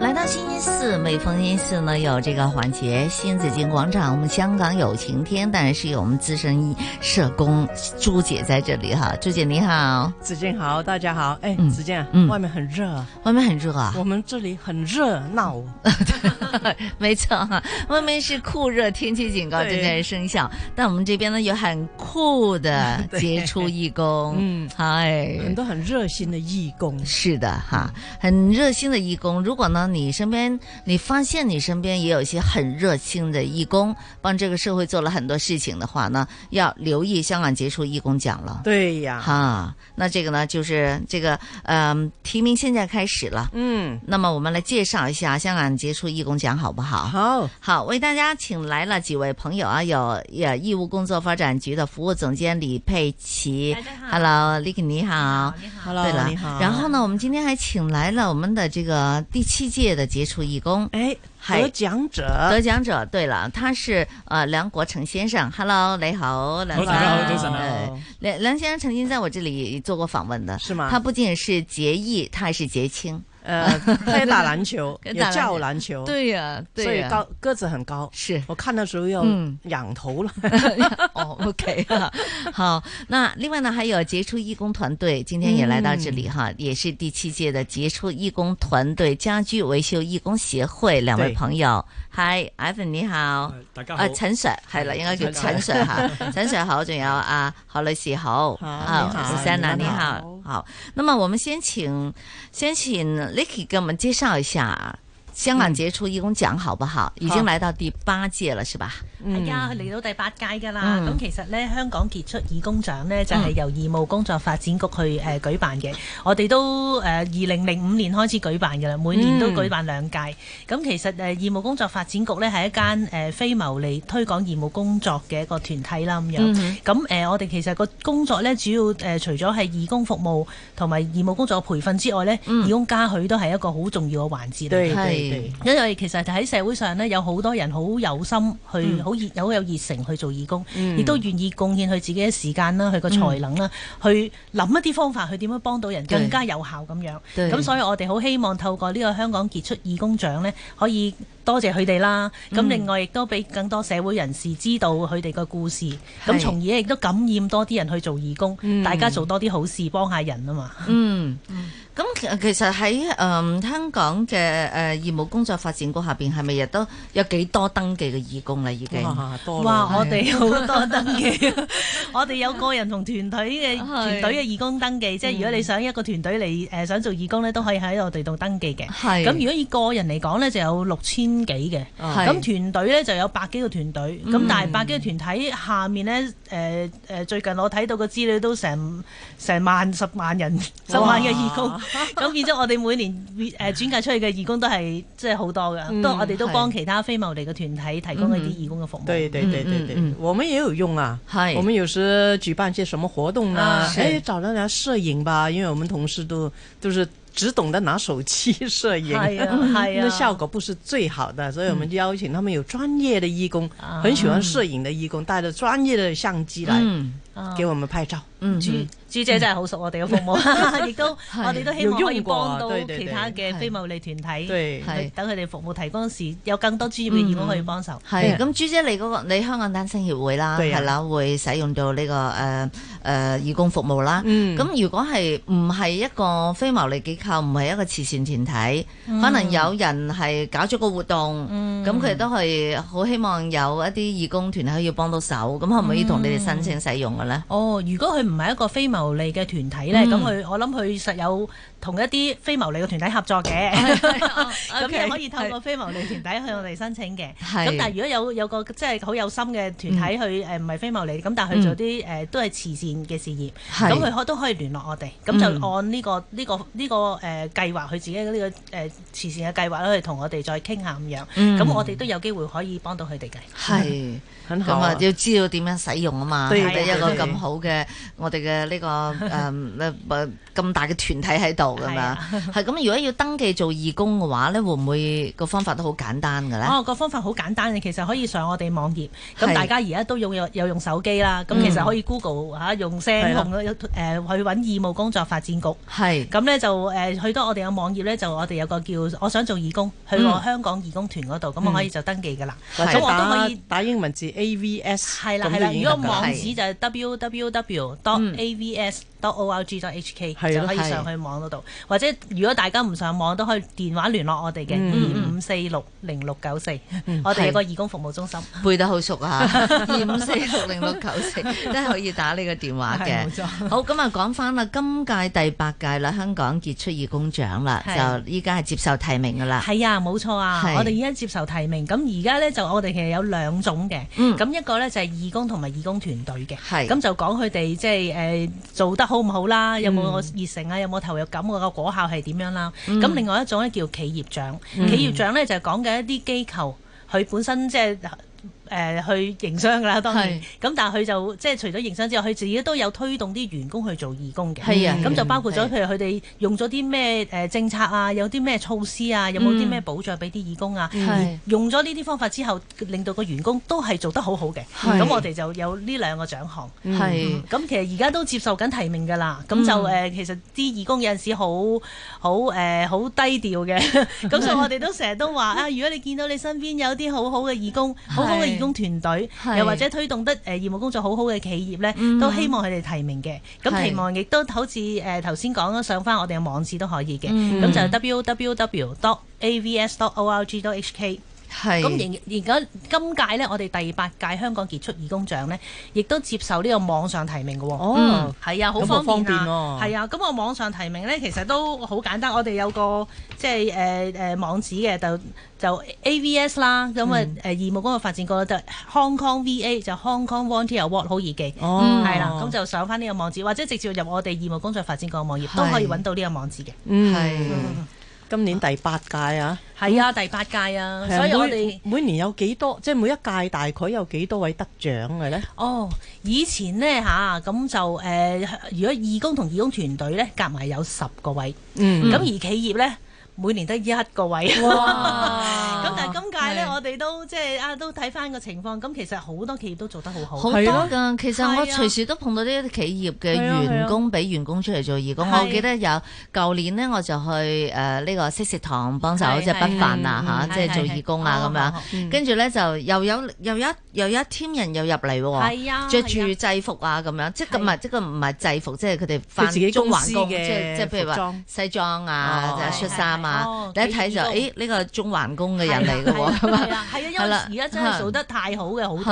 来到星期四，每逢星期四呢有这个环节“新紫金广场”，我们香港有晴天，当然是有我们资深社工朱姐在这里哈。朱姐你好，子健好，大家好。哎嗯，子健，嗯外面很热啊，外面很热啊 我，们这里很热闹。没错哈，外面是酷热天气警告对正在生效，但我们这边呢有很酷的 对杰出义工，嗯嗨，很多很热心的义工。是的哈，很热心的义工。如果呢，你身边你发现你身边也有一些很热心的义工，帮这个社会做了很多事情的话呢，要留意香港杰出义工奖了。对呀，哈，那这个呢，就是这个，嗯、提名现在开始了。嗯，那么我们来介绍一下香港杰出义工奖，好不好？好，好，为大家请来了几位朋友啊，有呃义务工作发展局的服务总监李佩琪大家好，Hello，李 i 你好。你好， Hello，对了你好。然后？呢，我们今天还请来了我们的这个第七届的杰出义工哎，嗨得奖者，得奖者。对了，他是呃梁国成先生，Hello，你好，梁好先大家好生。早晨啊哎哦梁梁先生曾经在我这里做过访问的，是吗他不仅是结义，他还是结亲。呃，他也打篮 球，也也打篮球叫篮球，，对呀、所对以呀、高个子很高。是我看的时候要嗯仰头了。 哦，OK 啊，好。那另外呢，还有杰出义工团队，今天也来到这里嗯哈，也是第七届的杰出义工团队家居维修义工协会两位对朋友。嗯嗨，Ivan 你好，哎大家好啊，，陳 Sir 係啦，應該叫陳陳 Sir 嚇，陳 Sir 好，仲有啊何女士好，好啊你好 Susanna 你你好好，好。那么我們先請先請 Licky 給我們介紹一下嗯香港傑出義工獎好不好？已經來到第八屆了，是吧？係啊，嚟到第八屆㗎啦。嗯咁其實咧，香港傑出義工獎咧就係由義務工作發展局去誒舉辦嘅。我哋都誒呃二零零五年開始舉辦㗎啦，每年都舉辦兩屆。咁其實誒義務工作發展局咧係一間誒非牟利推廣義務工作嘅一個團體啦，咁樣。咁誒、呃我哋其實個工作咧，主要誒、呃除咗係義工服務同埋義務工作嘅培訓之外咧，義工嘉許都係一個好重要嘅環節嚟嘅對對係對，因為我哋其實喺社會上咧，有好多人好有心嗯去，好、熱好有熱誠去做義工，亦、都願意貢獻佢自己嘅時間啦，佢嗯個才能啦，去諗一啲方法去點樣幫到人對更加有效咁樣。對咁所以我哋好希望透過呢個香港傑出義工獎呢，可以多謝佢哋啦。咁、嗯另外亦都俾更多社會人士知道佢哋個故事，係咁從而亦都感染多啲人去做義工，大家做多啲好事，幫下人啊嘛。嗯。咁其其實喺誒、嗯香港嘅誒、呃、義務工作發展局下邊，係咪亦都有幾多登記嘅義工啦？已經啊哇，啊多哇！咯我哋好多登記， 我哋有個人同團隊嘅係嗯團隊嘅義工登記，即係如果你想一個團隊嚟誒想做義工咧，都可以喺我哋度登記嘅。係咁如果以個人嚟講咧，就有六千幾嘅。係嗯咁團隊咧就有百幾個團隊，咁但係百幾個團體下面咧，誒誒最近我睇到個資料都成成萬十萬人、十萬嘅義 工，咁變咗我哋每年誒轉介出去嘅義工都係即係好多嘅，都我哋都幫嗯係其他非牟利嘅團體提供一啲義工嘅服務。对对对对对嗯嗯，我们也有用啊。係我们有时举办一些什么活动啊啊，是哎，找人来摄影吧，因为我们同事都都是只懂得拿手机摄影。係 啊，係啊，那效果不是最好的，所以我们就邀请他们有专业的义工，啊很喜欢摄影的义工，带着专业的相机来嗯啊给我们拍照。嗯朱朱姐真係好熟我哋嘅服 務，亦都我哋都希望可以幫到有用過對對其對他嘅非牟利團體，對係等佢哋服務提供時，有更多專業嘅義工可以幫手。係嗯咁，朱姐你嗰、個你香港單身協會啦，對啊係啦，會使用到呢、個誒誒義工服務啦。嗯咁如果係唔係一個非牟利機構，唔係一個慈善團體，嗯可能有人係搞咗個活動，咁佢哋都係好希望有一啲義工團體可以幫到手，咁可唔可以同你哋申請使用嘅咧？哦，如果佢唔係一個非牟利嘅團體咧，咁佢、我諗佢實有同一啲非牟利嘅團體合作嘅，嗯 哦咁你可以透過非牟利團體向我哋申請嘅。係嗯咁但係如果有有個即係好有心嘅團體去呃誒唔係非牟利，咁但係佢做啲誒、呃都係慈善嘅事業，係嗯咁佢可都可以聯絡我哋，咁就按呢、個呢、個呢、個誒、呃、計劃佢自己嘅呢、個誒、呃慈善嘅計劃咧，去同我哋再傾下咁樣，咁、嗯我哋都有機會可以幫到佢哋嘅。係。很咁好、啊啊，，要知道點樣使用啊嘛，對係咪對一個樣咁好嘅，我哋嘅 呢個誒咁大嘅團體喺度咁係樣啊，係咁。如果要登記做義工嘅話咧，會唔會個方法都好簡單嘅咧？哦，個方法好簡單嘅，其實可以上我哋網頁。咁係大家而家都用有有用手機啦，咁嗯其實可以 Google 嚇、用聲係啦控誒去揾義務工作發展局。係咁咧就誒、呃去到我哋嘅網頁咧，就我哋有個叫我想做義工，去我嗯香港義工團嗰度，咁、我可啊以就登記㗎啦。或者咁我都可以打打英文字 A V S，係啦係啦，如果網址就係 www.avs.org.hk 係就咯可以上去網嗰度，或者如果大家唔上網都可以電話聯絡我哋嘅二五四六零六九四，我哋有個義工服務中心。背得好熟 啊！二五四六零六九四都係可以打呢個電話係嘅冇。錯好，咁啊講翻啦，今屆第八屆啦，香港傑出義工獎啦，係就依家係接受提名噶啦。係啊，冇錯啊係！我哋而家接受提名，咁而家咧就我哋其實有兩種嘅，嗯咁、一個咧就係義工同埋義工團隊嘅，係咁就講佢哋即係誒做得好唔好啦，有冇嗯個熱誠啊，有冇投入感，個果效係點樣啦？咁、另外一種咧叫企業獎，嗯企業獎咧就係講緊一啲機構佢本身即係。誒、去營商㗎啦，當然係咁，但係佢就即係除咗營商之外，佢自己都有推動啲員工去做義工嘅。係啊咁就包括咗係譬如佢哋用咗啲咩誒政策啊，有啲咩措施啊，有冇嗯啲咩保障俾啲義工啊？係用咗呢啲方法之後，令到個員工都係做得好好嘅。係嗯咁我哋就有呢兩個獎項。係咁其實而家都接受緊提名㗎啦，咁就嗯誒、呃其實啲義工有陣時好好誒好低調 嘅，咁所以我哋都成日都話啊，如果你見到你身邊有啲好好嘅義工，好好嘅義工團隊係，又或者推動得誒、呃、義務工作好好嘅企業咧，嗯都希望佢哋提名嘅。咁係期望亦都好似誒頭先講啦，上翻我哋嘅網址都可以嘅，咁、嗯就係 www.avs.org.hk。係咁而而家今屆咧，我哋第八屆香港傑出義工獎咧，亦都接受呢個網上提名嘅喎。哦，係啊，好咁好方便方便啊！喎係啊，咁我網上提名咧，其實都好簡單。我哋有個即係誒誒網址嘅，就就 AVS 啦，咁啊嗯誒義務工作發展局就 Hong Kong VA 就 Hong Kong Volunteer Award 好易記。嗯哦，係啦，咁就上翻呢個網址，或者直接入我哋義務工作發展局嘅網頁，都係可以揾到呢個網址嘅。係嗯，今年第八屆啊，係啊，第八屆啊，係啊所以我哋每每年有幾多，即係每一屆大概有幾多位得獎嘅咧？哦，以前呢，吓，咁就誒、呃如果義工同義工團隊呢，夾埋有十個位，咁、嗯而企業呢，每年得一個位。哇咁但係今屆係呢，我哋都即係啊，都睇翻個情況。咁其實好多企業都做得好好。好係多咯噶，其實我係啊隨時都碰到呢啲企業嘅係啊係啊員工俾員工出嚟做義工。係我記得有舊年呢，我就去誒呢個識食堂幫手，係即係係不飯啊係哦嚇，即係做義工啊咁樣。嗯樣。跟住咧就又有又有一又有一 team 人又入嚟喎，係啊，着係哦住啊制服啊咁樣，即係係唔係即係唔係制服，即係佢哋翻佢自己中公環司工，即嘅係即係譬如服話裝西裝啊哦、即係恤衫係係啊哦，你一睇就幾誒義呢個中環工嘅人嚟嘅喎，咁係啊啊，係啊，因為係啦而家真係做得太好嘅好係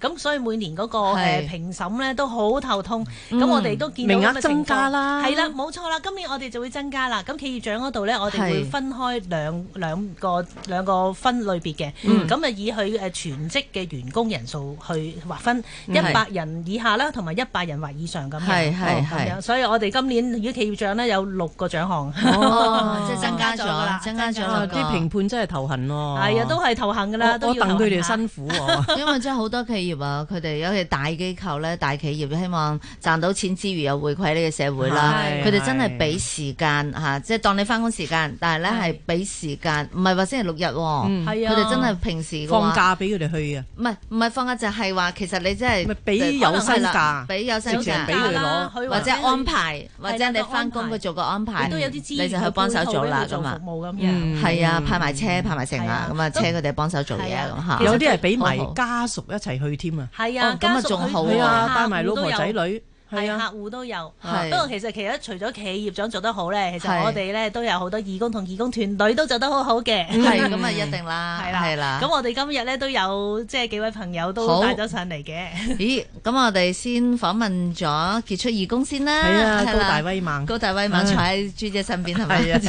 多，咁所以每年嗰個係誒評審咧都好頭痛，嗯咁我哋都見到名額咁嘅情況增加啦係啦，冇錯啦，今年我哋就會增加啦。咁企業獎嗰度咧，我哋係會分開兩兩個兩個分類別嘅，嗯咁啊以佢誒全職嘅員工人數去劃分，嗯一百人以下啦，同埋一百人或以上咁樣，係係哦咁樣所以我哋今年如果企業獎咧有六個獎項。哦，即係增加增加咗㗎啦咗，增加咗增加兩啊個啲評判真係頭痕哦咯，係啊，都係頭痕㗎啦，我都我要戥頭佢痕哋下辛苦喎。因為真係好多企業啊，佢哋尤其大機構咧、大企業，希望賺到錢之餘又回饋呢個社會啦。係佢哋真係俾時間嚇、即係當你翻工時間，但係咧係係俾時間，唔係話星期六日喎、嗯係佢啊，哋真係平時嘅話放，假俾佢哋去啊，唔係唔係放假就係話，其實你真係咪俾有薪係啦假，俾有薪直情假俾佢啦攞，或者安排，啦或者你翻工安排佢做個安排，亦都有啲資源你就去幫手做啦咁啊做。服務咁樣。嗯係啊，派埋車派埋成啊，係啊咁啊車佢哋幫手做嘢係啊咁嚇。有啲係俾埋好好家屬一齊去添啊，係啊哦，咁啊家屬仲好佢係啊，客戶帶埋老婆仔都有。女，係係啊，客戶都有，係不過其實其實除咗企業長做得好咧，其係實我哋咧都有好多義工同義工團隊都做得好好嘅。係咁啊，一定啦，係係啦。啦，咁我哋今日咧都有即係幾位朋友好都帶咗上嚟嘅。咦，咁我哋先訪問咗傑出義工先啦，係啊，係高啦大威猛，高大威猛坐喺朱姐身邊係咪？係啊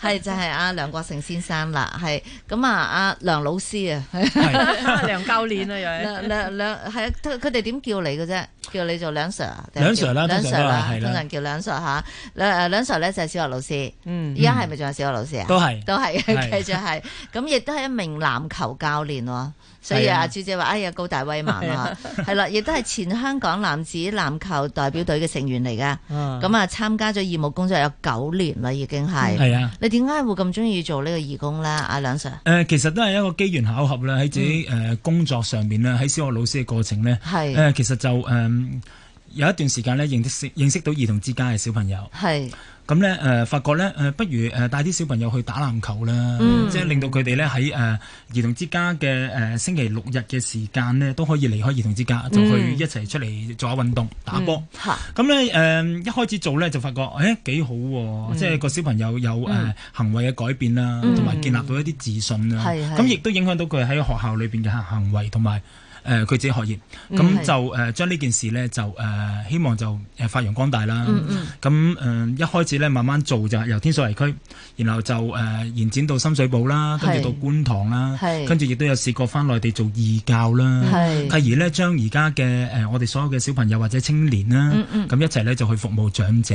係 係就係阿梁國成先生啦，係咁啊，阿梁老師啊， 梁教練啊又係。梁梁梁係啊佢佢哋點叫你嘅啫？叫你做梁 Sir 啊定係兩叫 Sir 啦兩通 Sir 常都係啦，係啦通常叫兩 Sir 嚇。兩兩 Sir 咧就係小學老師，嗯而家係咪仲有小學老師啊？都係都係，係繼續係。咁亦都係一名籃球教練喎。所以係啊阿朱姐話：哎呀，高大威猛 啊！係啦，亦都係前香港男子籃球代表隊嘅成員嚟噶。咁咁啊，參加咗義務工作有九年啦，已經係。係啊。你點解會咁中意做呢個義工咧？阿梁 Sir 誒、其實都係一個機緣巧合啦，喺自己誒、呃工作上面咧，喺小學老師嘅過程咧，誒、嗯係其實就誒、嗯有一段時間咧，認識認識到兒童之家嘅小朋友，係咁咧誒發覺咧誒、呃不如誒帶啲小朋友去打籃球啦，嗯即係令到佢哋咧喺誒兒童之家嘅誒、呃星期六日嘅時間咧，都可以離開兒童之家，就去嗯一齊出嚟做下運動、打波。嚇咁咧誒一開始做咧就發覺誒幾好喎，即係個小朋友有誒行為嘅改變啦，嗯同埋建立到一啲自信啦。係係咁亦都影響到佢喺學校裏邊嘅行行為同埋誒佢自己學業。嗯咁就誒將呢件事咧就誒希望就誒發揚光大啦。嗯嗯咁誒、呃一開始咧慢慢做就係由天水圍區，然後就誒、呃延展到深水埗啦，跟住係到觀塘啦係，跟住亦都有試過翻內地做義教啦。係繼而咧，將而家嘅誒我哋所有嘅小朋友或者青年啦嗯，嗯咁、一齊咧就去服務長者。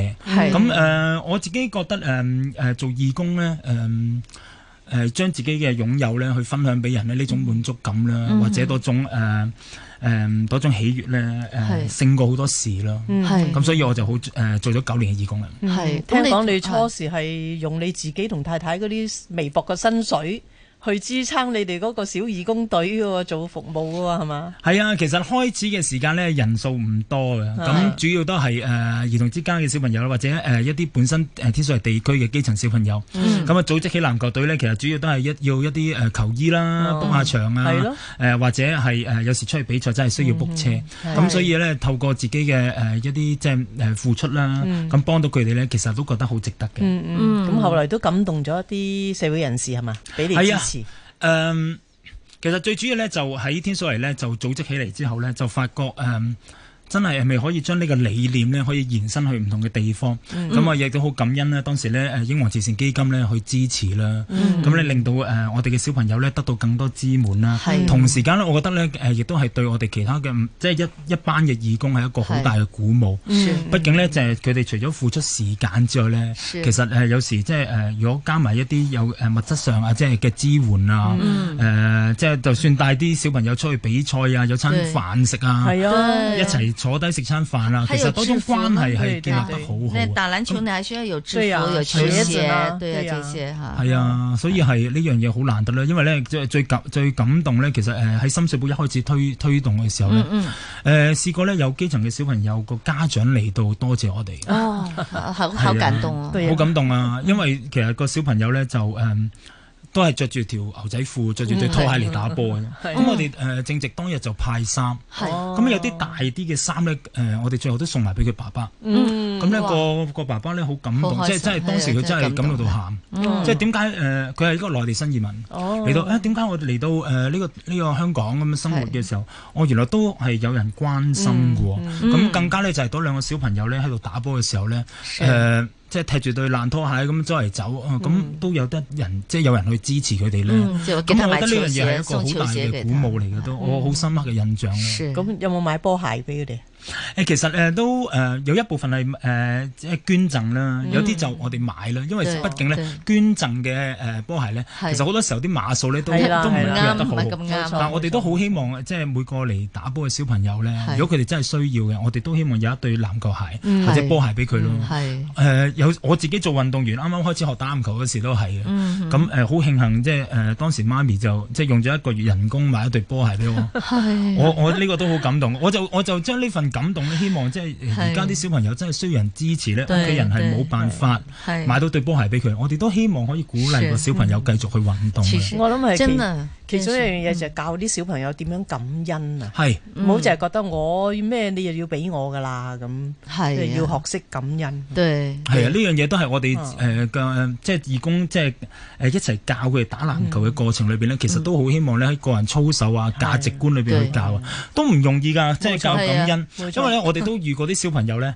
係咁誒、呃我自己覺得誒誒、呃做義工咧，誒、呃、誒將自己嘅擁有咧去分享俾人咧，呢種滿足感啦，嗯或者嗰種誒誒嗰種喜悅咧，誒、係嗯勝過好多事咯。係咁所以我就好誒、呃做咗九年嘅義工啦。係。嗯聽咁嗯講你初時係用你自己同太太嗰啲微薄嘅薪水去支撐你哋嗰個小義工隊嘅喎，做服務嘅喎，係嘛？係啊，其實開始嘅時間咧人數唔多嘅，係咁主要都係誒、呃、兒童之家嘅小朋友啦，或者誒、呃一啲本身誒、呃天水圍地區嘅基層小朋友。嗯咁啊，組織起籃球隊咧，其實主要都係一要一啲誒球衣啦哦，book 下場係咯啊，誒或者係誒有時出去比賽真係需要 book 車，嗯係咁所以咧透過自己嘅誒一啲即係誒付出啦，咁幫到佢哋咧，其實都覺得好值得嘅。嗯嗯，咁後來都感動咗一啲社會人士係嘛，俾你支係啊持，誒，嗯其實最主要咧就喺天水圍咧就組織起嚟之後咧，就發覺誒。真係係咪可以將呢個理念咧，可以延伸去唔同嘅地方？咁啊，亦都好感恩咧，當時咧誒英皇慈善基金咧去支持啦。咁咧令到誒我哋嘅小朋友咧得到更多支援啦。係同時間咧，我覺得咧誒亦都係對我哋其他嘅嗯即係一一班嘅義工係一個好大嘅鼓舞。是畢竟咧，就係佢哋除咗付出時間之外咧，是其實誒有時即係誒，如果加埋一啲有誒物質上啊，即係嘅支援啊，嗯誒即係就算帶啲小朋友出去比賽啊，有餐對飯食啊，係啊，對一齊坐低食餐飯啊，係其有實嗰種致富關係啦對係建立對得好那好啊。嗯啊打籃球你還需要有制服、對呀有球鞋鞋子啦，對對呀呀、這些哈。係啊，所以係呢樣嘢好難得啦，因為咧最最感最感動咧，其實誒喺深水埗一開始推推動嘅時候咧，誒、嗯試過咧有基層嘅小朋友個家長嚟到多謝我哋。嗯，哦，好好好感動哦。對啊好感動啊！因為其實個小朋友咧就誒、嗯都係着住條牛仔褲，着住對拖鞋嚟打波嘅。嗯係哦咁我哋誒、呃正值當日就派衫，係，咁有啲大啲嘅衫咧誒，我哋最後都送埋俾佢爸爸。嗯咁呢哇個個爸爸咧好感動，好開即心係真係當時佢真係感到到喊，嗯即係點解誒佢係一個內地新移民。哦嚟到誒點解我哋嚟到誒呢、個呢、個香港咁樣生活嘅時候，我原來都係有人關心嘅喎。咁、更加咧就係嗰兩個小朋友咧喺度打波嘅時候咧，誒、即係踢住對爛拖鞋咁周圍走，啊咁、都有得人即係有人去支持佢哋咧。嗯，就給咁他我買覺得球呢樣嘢係鞋，一個送好球大鞋給嘅鼓他。舞嚟嘅，都我好深刻嘅印象啊咯。是，嗯咁有冇買波鞋俾佢哋？誒其實誒都誒有一部分係誒即係捐贈啦，有啲就我哋買啦，因為嗯對畢竟咧對捐贈嘅誒波鞋咧，其係實好多時候啲碼數咧都都係啦唔係配啦合啱得唔好係。咁冇錯啱。但我哋都好希望，即係每個嚟打波嘅小朋友咧係，如果佢哋真係需要嘅，我哋都希望有一對籃球鞋、嗯或者波鞋俾佢咯。係，誒、有我自己做運動員，啱啱開始學打籃球嗰時都係嘅。嗯咁誒好慶幸，即係誒、呃、當時媽咪就即係用咗一個月人工買一對波鞋俾我。係我我呢個都好感動，我就我就將呢份感動咧，希望即係係而家啲小朋友真係需要人支持咧，屋對企人係冇辦法係買到對波鞋俾佢，我哋都希望可以鼓勵個小朋友繼續去運動啊其嘅。實我諗係其真啊，其中一樣嘢就係教啲小朋友點樣感恩啊，係唔好就係覺得我咩你又要俾我噶啦咁，即係係啊要學識感恩。對。係啊，呢樣嘢都係我哋嗯誒嘅即係義工，即係誒一齊教佢哋打籃球嘅過程裏邊咧，其實都好希望咧喺個人操守啊、價值觀裏邊去教啊，都唔容易㗎，即係教感恩。冇錯因為咧，我哋都遇過啲小朋友咧，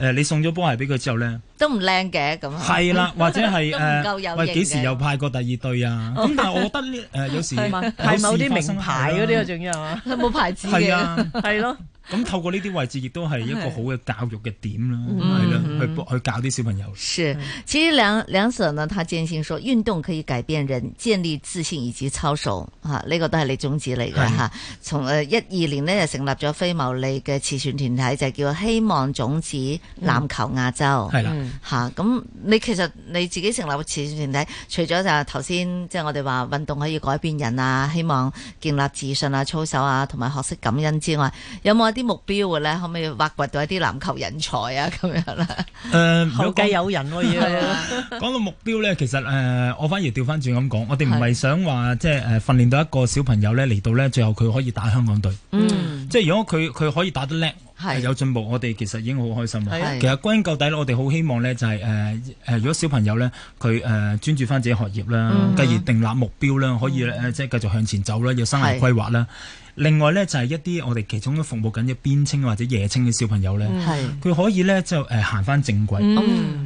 誒，你送咗波鞋俾佢之後咧，都唔靚嘅咁啊。係啦，或者係都唔夠有誒，喂，型幾時嘅又派過第二對啊？咁但係我覺得呢誒，有時係係某啲名牌嗰啲啊，啊，仲要係嘛？佢冇牌子係嘅。啊。係咯，咁透過呢啲位置，亦都係一個好嘅教育嘅點啦，係啦，去幫去教啲小朋友。是，其实梁梁 Sir 呢，他坚信说运动可以改变人，建立自信以及操守吓，呢、個都係你宗旨嚟嘅係吓。從诶一二年呢，就成立咗非牟利嘅慈善團體，就叫希望種子籃球亞洲。係啦，嗯吓咁、你其實你自己成立嘅慈善團體，除咗就係頭先即係我哋話運動可以改變人啊，希望建立自信啊、操守啊，同埋學識感恩之外，有冇一啲目標嘅咧？可唔可以挖掘到一啲籃球人才啊？咁樣啦，誒，呃如後繼果講有人喎要。講到目標咧，其實誒、呃我反而調翻轉咁講，我哋唔係係想話即係呃誒訓練到一個小朋友咧嚟到咧，最後佢可以打香港隊。嗯。即係如果佢佢可以打得叻，係有進步，我哋其實已經好開心啦係啊。其實歸根究底咧，我哋好希望咧就係誒誒，如果小朋友咧佢誒專注翻自己學業啦，嗯繼而定立目標啦，可以誒即係繼續向前走啦，有生涯規劃啦。另外咧就係一啲我哋其中都服務緊嘅邊青或者夜青嘅小朋友咧，係，佢可以咧就誒行翻正軌。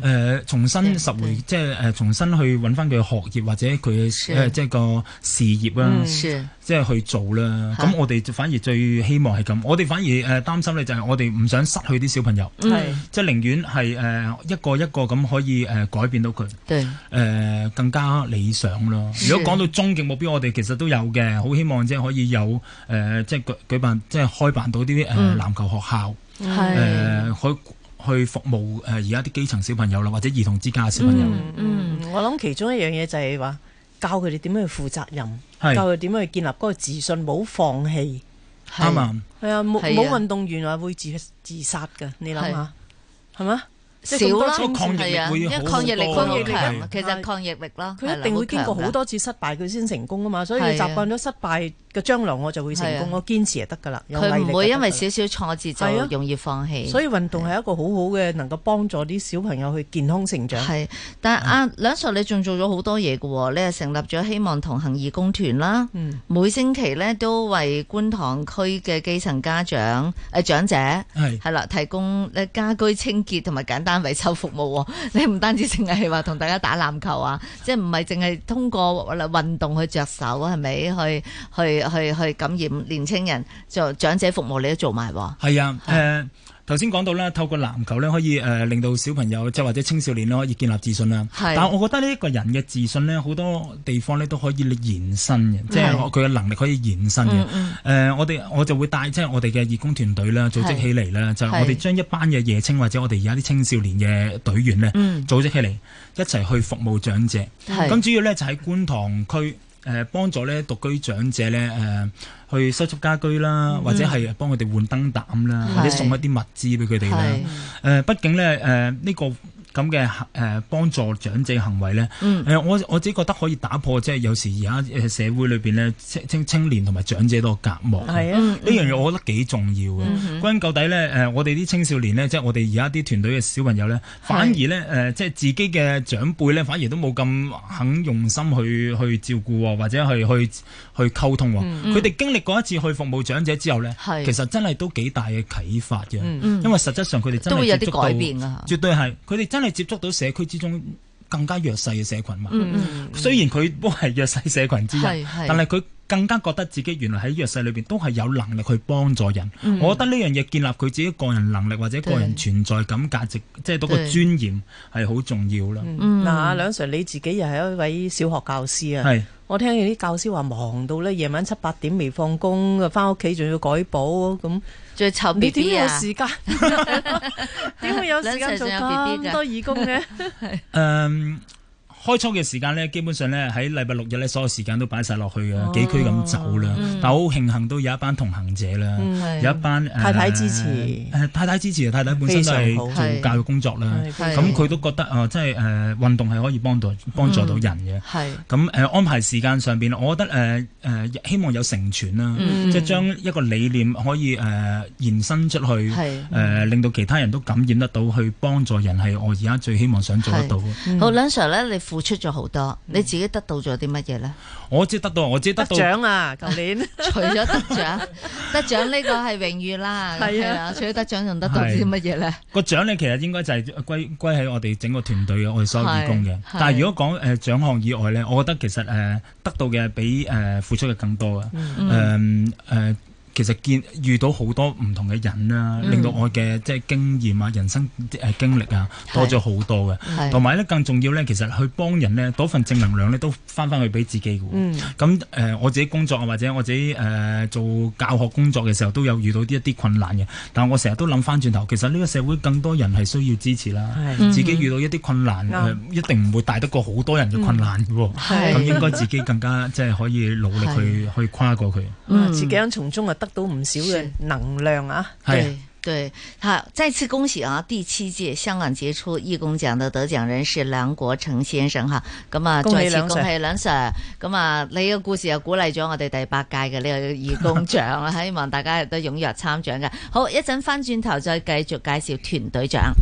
嗯，誒、重新拾回，即係誒、呃重新去揾翻佢嘅學業或者佢嘅是誒即係個事業啦，嗯是，即係去做啦。嚇咁我哋就反而最希望係咁，我哋反而誒、擔心咧就係我哋唔想失去啲小朋友，嗯係即係寧願係誒、一個一個咁可以誒、改變到佢誒、對，更加理想咯。是如果講到終極目標，我哋其實都有嘅，好希望即係可以有誒、即係舉舉辦即係開辦到啲誒、嗯籃球學校。嗯誒、係，去去服務誒而家啲基層小朋友啦，或者兒童之家嘅小朋友，嗯嗯，我諗其中一樣嘢就係話教佢哋點樣去負責任，係教佢點樣去建立嗰個自信，冇放棄。啱係，啊！係啊，冇係啊冇運動員話會自自殺㗎，你諗下係咪？即係咁少多啦青少抗疫係啊，會因為好抗疫力好都多好係強，其實抗疫力啦，係佢一啦定會經過好，強多次失敗，佢先成功啊嘛。所以係啊習慣咗失敗嘅將來，我就會成係啊功。我堅持就得㗎啦，有㗎佢毅力啊唔會就因得㗎啦為少少挫折係就啊容易放棄。所以運動係一個好好嘅，能夠幫助啲小朋友去健康成長。係，但啊係阿梁 Sir 你仲做咗好多嘢嘅喎，你係成立咗希望同行義工團啦，嗯每星期咧都為觀塘區嘅基層家長誒長者。係係啦，提供咧家居清潔同埋簡單維修服務喎。 你唔單止淨係話同大家打籃球啊，即係唔係淨係通過運動去着手啊係咪？去去去去感染年青人，做長者服務你都做埋喎。係啊誒。頭先講到啦，透過籃球咧，可以誒、令到小朋友即係或者青少年咧，可以建立自信啦。係但係我覺得呢一個人嘅自信咧，好多地方咧都可以延伸嘅，即係係佢嘅能力可以延伸嘅。嗯誒、嗯，我哋我就會帶即係我哋嘅義工團隊啦，組織起嚟啦，就係嗯係我哋將一班嘅夜青或者我哋而家啲青少年嘅隊員咧，嗯組織起嚟一齊去服務長者。係咁主要咧就喺觀塘區。誒幫助咧獨居長者咧誒、去修葺家居啦，或者係幫佢哋換燈膽啦，嗯係或者送一啲物資俾佢哋啦。係誒、畢竟咧誒呢、個咁嘅誒幫助長者行為咧，誒、呃嗯我我自己覺得可以打破即係有時而家誒社會裏邊咧青青青年同埋長者嗰個隔膜。係啊，嗯呢樣嘢我覺得幾重要嘅。歸根究底咧，誒、我哋啲青少年咧，即係我哋而家啲團隊嘅小朋友咧，反而咧，誒、即係自己嘅長輩咧，反而都冇咁肯用心去去照顧喎，或者係去去溝通喎。佢哋、經歷過一次去服務長者之後咧，嗯係其實真係都幾大嘅啟發嘅，嗯因為實質上佢哋真都會有係接啲觸到改，變啊。絕對係佢哋真係接觸到社區之中更加弱勢嘅社群嘛。嗯雖然佢都係弱勢社群之一，係係但係佢更加覺得自己原來喺弱勢裏邊都係有能力去幫助人。嗯我覺得呢樣嘢建立佢自己個人能力或者個人存在感、價值，即係嗰個對尊嚴係好重要啦。嗯嗱，阿梁 Sir 你自己又係一位小學教師啊。係我聽見啲教師話忙到咧，夜晚七八點未放工，翻屋企仲要改補咁，嗯，最湊你 B 點 B 啊有，時 間？點會有時間做咁多義工嘅？誒。嗯開初嘅時間呢，基本上呢，喺禮拜六日呢，所有時間都擺晒落去哦嘅，幾區咁走啦。嗯但好慶幸都有一班同行者啦，有一班誒太太支持誒太太支持，太太本身非都係常好做教育工作啦。係咁佢都覺得啊、即係誒、呃、運動係可以幫到幫助到人嘅。係咁誒、呃安排時間上邊，我覺得誒誒、呃希望有成全啦，即係將一個理念可以誒、呃延伸出去，係誒、令到其他人都感染得到，去幫助人係我而家最希望想做得到嘅。嗯好，梁 Sir 咧，你負付出咗好多，你自己得到咗啲乜嘢呢？我只得到，我只得得到。獎啊！舊年除咗得獎， 得獎呢個係榮譽啦，係係啊啦，除咗得獎仲得到啲乜嘢呢？個獎咧，其實應該就係歸歸喺我哋整個團隊嘅，我哋所有義工嘅係。但係如果講誒、呃、獎項以外咧，我覺得其實誒、呃得到嘅比誒、呃付出嘅更多嘅。誒誒、嗯呃其實見遇到好多唔同嘅人啦，嗯令到我嘅即係經驗啊、人生誒經歷啊係多咗好多嘅。同係埋咧，更重要咧，其實去幫人咧，嗰份正能量咧，都翻翻去俾自己嘅喎。嗯咁誒、呃我自己工作啊，或者我自己誒、呃做教學工作嘅時候，都有遇到啲一啲困難嘅。但我成日都諗翻轉頭，其實呢個社會更多人係需要支持啦。係自己遇到一啲困難，啱呃一定唔會大得過好多人嘅困難嘅喎。係咁、應該自己更加即係可以努力去去跨過佢。啊嗯自己喺從中啊得到唔少嘅能量啊！係对对，好，再次恭喜啊！第七屆香港傑出義工獎嘅得獎人是梁國成先生吓，咁啊，恭喜再次梁恭 Sir 喜梁 Sir，咁啊，你嘅故事又鼓勵咗我哋第八屆嘅呢個 義工獎啊，希望大家亦都踴躍參獎嘅。好，一陣翻轉頭再繼續介紹團隊獎。